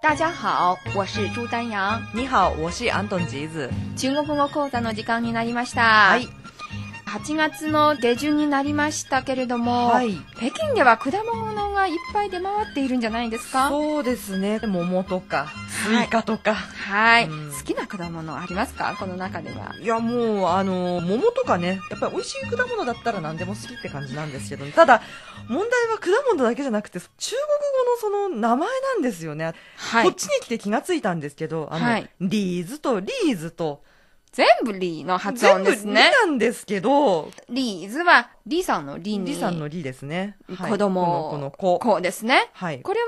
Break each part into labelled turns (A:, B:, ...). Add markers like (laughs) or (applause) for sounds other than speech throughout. A: 大家好，我是朱丹阳。
B: 你好，我是アントンジーズ。
A: 中国語講座の時間になりました。
B: はい。
A: 8月の下旬になりましたけれども、
B: はい。
A: 北京では果物がいっぱい出回っているんじゃないですか
B: そうですね。桃とか、スイカとか。
A: はい、
B: うん
A: 好きな果物ありますかこの中では。
B: いやもうあの桃とかねやっぱり美味しい果物だったら何でも好きって感じなんですけど、ただ問題は果物だけじゃなくて中国語のその名前なんですよね、
A: は
B: こっ。ちに来て気がついたんですけどあの、
A: はい
B: リーズとリーズと
A: 全部リーの発
B: 全
A: 音
B: 部
A: で
B: リ
A: すね。
B: なんですけど
A: リーズはリさんのリに。
B: リさんのリですね、はい
A: 子供
B: このこの子
A: こうですね。
B: はい
A: これは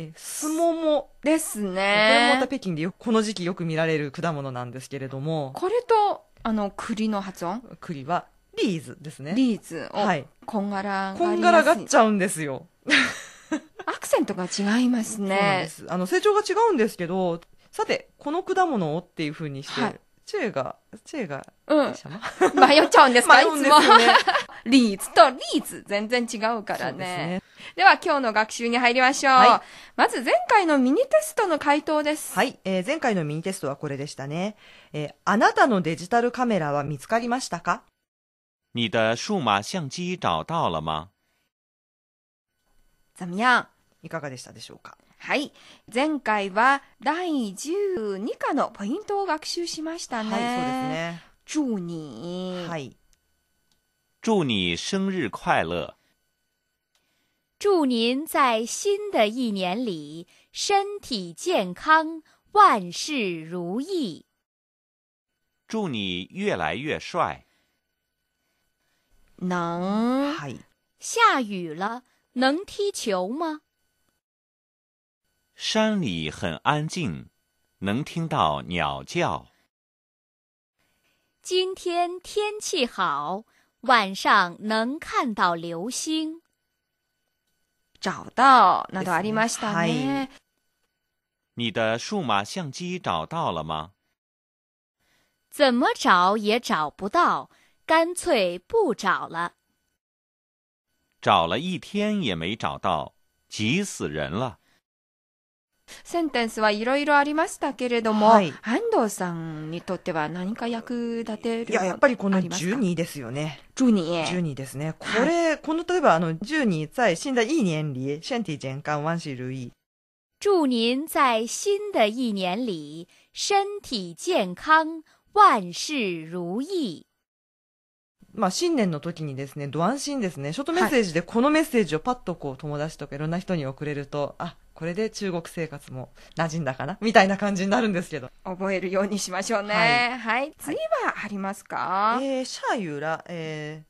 B: えスモモ
A: です
B: これもまた
A: ね。
B: 北京でよこの時期よく見られる果物なんですけれども
A: これと、あの、栗の発音、
B: 栗はリーズですね
A: リーズを、
B: はい
A: こんがらがあります
B: こんがらがっちゃうんですよ
A: アクセントが違います
B: そうなんで
A: ね。
B: すあの成長が違うんですけどさてこの果物をっていうふうにして、
A: はい
B: チェーがチェーが
A: うん。 (laughs)
B: シャマ
A: 迷っちゃうんですかい
B: 迷うん
A: つ
B: で
A: も
B: す。よね
A: リーズとリーズ、全然違うか
B: そ
A: ら
B: うです
A: ね。
B: ね
A: では今日の学習に入りましょう。
B: は
A: まず前回のミニテストの回答です。
B: はい、えー前回のミニテストはこれでしたね、えーあなたのデジタルカメラは見つかりましたか
C: 你的数码相机找到了吗？
A: 怎么样
B: いかがでしたでしょうか
A: はい。前回は第12課のポイントを学習しました
B: はい
A: ね。
B: そうです。
A: 祝
B: ね、
A: 你。
B: はい
C: 祝你生日快乐！
D: 祝您在新的一年里身体健康，万事如意。
C: 祝你越来越帅！
A: 能。
B: はい
D: 下雨了，能踢球吗？
C: 山里很安静，能听到鸟叫。
D: 今天天气好，晚上能看到流星。
A: 找到などありました
B: ですねは
A: ね
B: い。
C: 你的数码相机找到了吗？
D: 怎么找也找不到，干脆不找了。
C: 找了一天也没找到，急死人了！
A: センテンスはいろいろありましたけれども、
B: はい
A: 安藤さんにとっては何か役立てる
B: いややっぱりこの
A: ありますか
B: 12ですよね
A: 祝你。
B: 12ですねこれ、この例えばあの12在新的一年里身体健康万事如意
D: 祝您在新的一年里身体健康，万事如意。
B: まあ、新年の時にですね、ド安心ですね、ショートメッセージでこのメッセージをパッとこう友達とかいろんな人に送れると、あ、これで中国生活も馴染んだかなみたいな感じになるんですけど。
A: 覚えるようにしましょうね。はい。次はありますか、
B: えー、シャーユーラ、え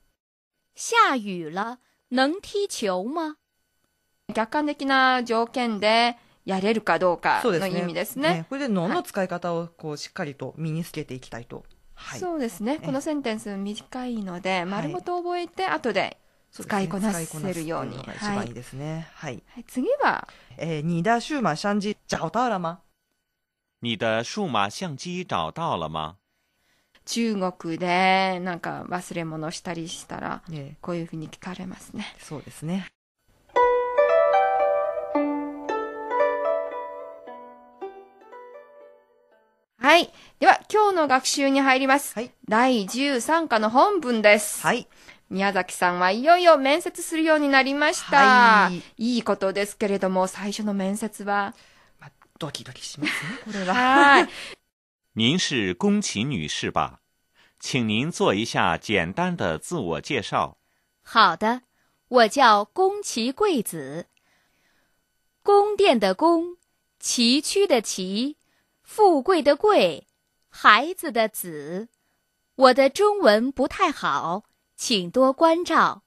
D: 下雨了，能踢球吗？
A: 客観的な条件でやれるかどう
B: ー
A: か
B: そうです
A: の
B: ね。
A: 意味ですね。
B: これでのの使い方をこうしっかりと身につけていきたいと。はい。
A: そうですね。
B: え
A: このセンテンス短いので、丸ごと覚えて、後で。
B: そうですね
A: 使いこなせるように
B: 使いこなすっていうのが一番いいですね。はい。
A: はい、次は、
B: えー、你的数码相机找到了吗
C: 你的数码相机找到了吗？
A: 中国で、なんか忘れ物したりしたら、
B: え
A: こういうふうに聞かれますね。
B: ーそうですね。
A: はい。では、今日の学習に入ります。
B: はい
A: 第13課の本文です。
B: はい。
A: 宮崎さんはいよいよ面接するようになりました。
B: はい
A: いいことですけれども、最初の面接は。
B: まあ、ドキドキ (laughs) しますね、これは。
A: はい。
C: 您是宫崎女士吧？请您做一下简单的自我介绍。
D: 好的，我叫宫崎贵子。宫殿的宫，崎岖的崎，富贵的贵，孩子的子。我的中文不太好，请多关照。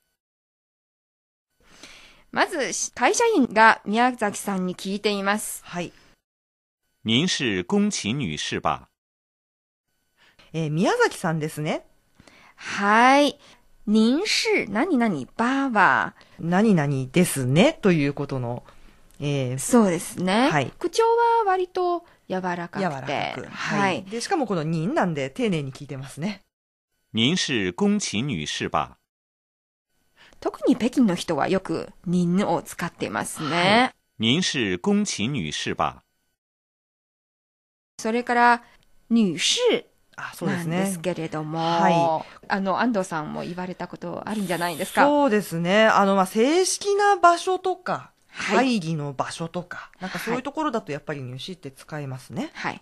A: まず、会社員が宮崎さんに聞いています。
B: はい。
C: 您是宫崎女士吧？
B: えー、宮崎さんですね。
A: はい。您是何々ばは、
B: 何々ですねということの、えー、
A: そうですね。
B: はい
A: 口調は割と柔らかくて。
B: 柔らかく。
A: はい。
B: で、しかもこの人なんで丁寧に聞いてますね。
C: 您是宫崎女士吧？
A: 特に北京の人はよく您を使っていますね。
C: 您是宫崎女士吧？
A: それから、女士
B: あ、そうで
A: な
B: す
A: んで
B: ね
A: す。けれども、
B: は
A: あの、安藤さんも言われたことあるんじゃないですか。
B: そうですね。あの、まあ、正式な場所とか、
A: はい
B: 会議の場所とか、なんかそういうところだとやっぱり入試って使えますね。
A: はい。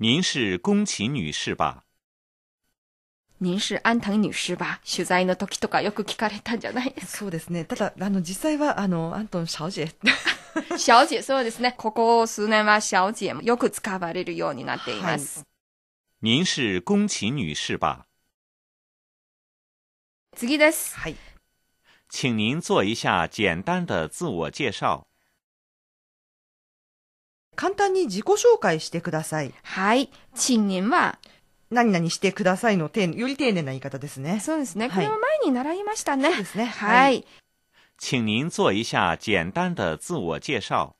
C: 您是宫崎女士吧？
A: 您是安藤女士吧取材の時とかよく聞かれたんじゃないです
B: (laughs) そうですね。ただ、あの、実際は、あの、アントン小姐。
A: か。小姐、そうですね。ここ数年は小姐もよく使われるようになっています。
C: 您是宫崎女士吧？
A: 次です。
B: (laughs) はい。
C: 请您做一下简单的自我介绍。
B: 簡単に自己紹介してください。
A: はい。賃金は、
B: 何々してくださいの丁寧、より丁寧な言い方ですね。
A: そうですね。
B: はい
A: これも前に習いましたね。
B: そうですね
A: は。
B: はい
C: 请您做一下简单的自我介绍。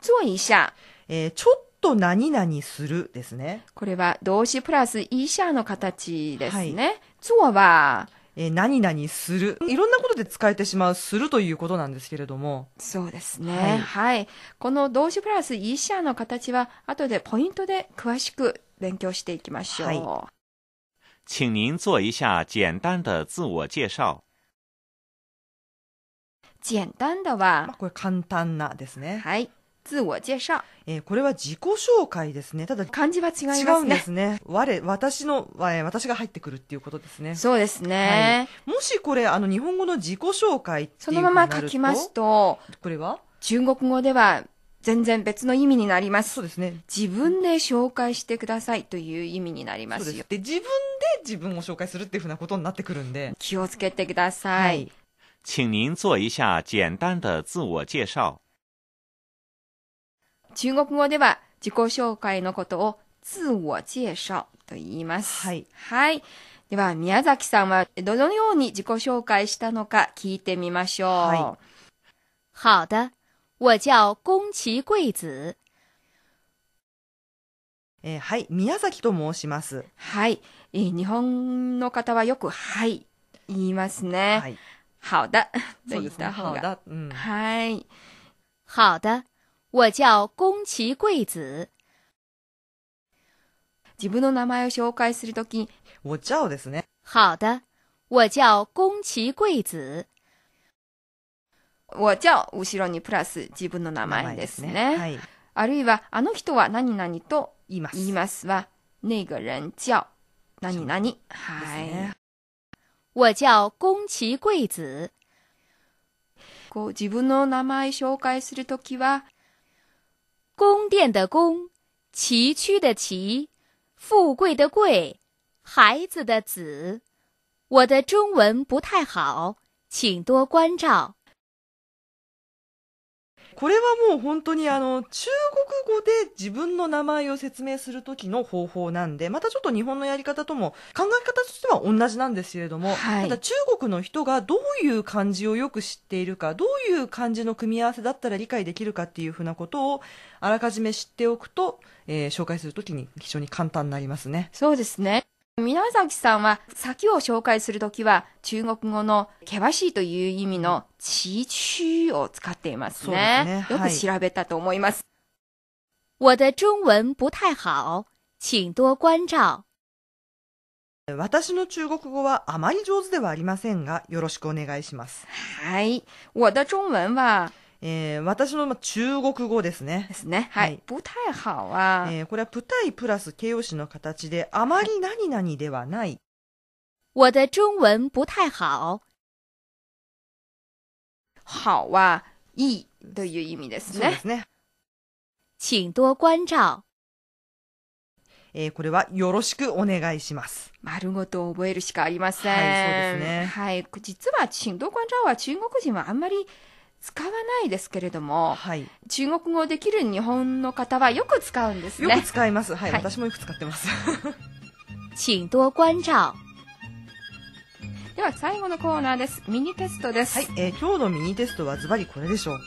A: 做一下。
B: えーちょっと何々するですね。
A: これは動詞プラス一下の形ですね。
B: は
A: 做は、
B: えー何々する。いろんなことで使えてしまう、するということなんですけれども。
A: そうですね。は。
B: はいい
A: この動詞プラス一下の形は、後でポイントで詳しく勉強していきましょう。
B: はい
C: 请您做一下简单的自我介绍。
A: 簡単だ
B: まあ、
A: わ。
B: これ簡単なですね。
A: はい。自我介紹。
B: えーこれは自己紹介ですね。ただ、
A: 漢字は違いますね。
B: 違うんですね。我、私の、えー私が入ってくるっていうことですね。
A: そうですね。
B: もしこれ、あの、日本語の自己紹介っていう
A: そのまま書きます。と、
B: これは
A: 中国語では全然別の意味になります
B: そう。ですね。
A: 自分で紹介してくださいという意味になりま
B: そうですす
A: よ。。
B: で、自分で自分を紹介するっていうふうなことになってくるんで。
A: 気をつけてください。
B: はい
C: 请您做一下简单的自我介绍。
A: 中国語では自己紹介のことを自我介紹と言います。
B: はい。
A: はい。では、宮崎さんはどのように自己紹介したのか聞いてみましょう。
B: は
D: 好的，我叫宫崎贵子。
B: えーはい、宮崎と申します。
A: はい。えー日本の方はよく、はい、言いますね。
B: はい。
A: 好的。
B: (laughs) そ
A: と
B: うで
A: 言っ
B: すね。
A: た方
B: 好
A: が。
B: だ。うん。
A: はい。
D: 好的，我叫宫崎贵子。
A: 自分の名前を紹介するとき、
B: お茶をですね。
D: 好的，我叫宫崎贵子。
A: 我叫、後ろにプラス自分の名前ですね。
B: はい。
A: あるいは、あの人は何々と
B: 言います。
A: 言いますは、那个人叫、何々。は
B: ですね
A: い。
D: 我叫宫崎贵子。
A: こう、自分の名前紹介するときは、
D: 宫殿的宫，崎岖的崎，富贵的贵，孩子的子。我的中文不太好，请多关照。
B: これはもう本当にあの、中国語で自分の名前を説明するときの方法なんで、またちょっと日本のやり方とも、考え方としては同じなんですけれども、
A: はい
B: ただ中国の人がどういう漢字をよく知っているか、どういう漢字の組み合わせだったら理解できるかっていうふうなことを、あらかじめ知っておくと、えー紹介するときに非常に簡単になりますね。
A: そうですね。宮崎さんは、先を紹介するときは、中国語の険しいという意味の地区を使っていますね。
B: そうですね
A: よく調べたと思います。
D: 我的中文不太好，请多关照。
B: 私の中国語はあまり上手ではありませんが、よろしくお願いします。
A: はい。我的中文は
B: えー私のまあ中国語ですね
A: で。すね。は
B: はいい。
A: 不太好は、
B: えーこれはプタイプラス形容詞の形で、あまり何々ではない。
D: 我的中文不太好，
A: 好は、いいという意味です
B: そうで
A: ね。
B: すね。
D: 请多关照。
B: えーこれはよろしくお願いします。
A: 丸ごと覚えるしかありません。
B: はいそうですね
A: はい。実は、新道观照は中国人はあんまり使わないですけれども、
B: はい。
A: 中国語できる日本の方はよく使うんです
B: よく
A: ね。
B: 使います。はい。
A: はい
B: 私もよく使っ
A: (laughs)
B: てます。
D: 请多关照。
A: では最後のコーナーです。ミニテストです。
B: はい。えー今日のミニテストはズバリこれでしょう。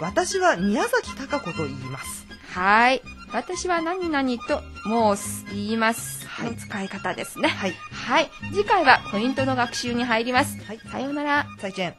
B: 私は宮崎貴子と言います。
A: はい。私は何々と申す、言います。
B: はい
A: の使い方ですね。
B: はい。
A: はい。次回はポイントの学習に入ります。
B: はい。
A: さようなら。
B: 再见。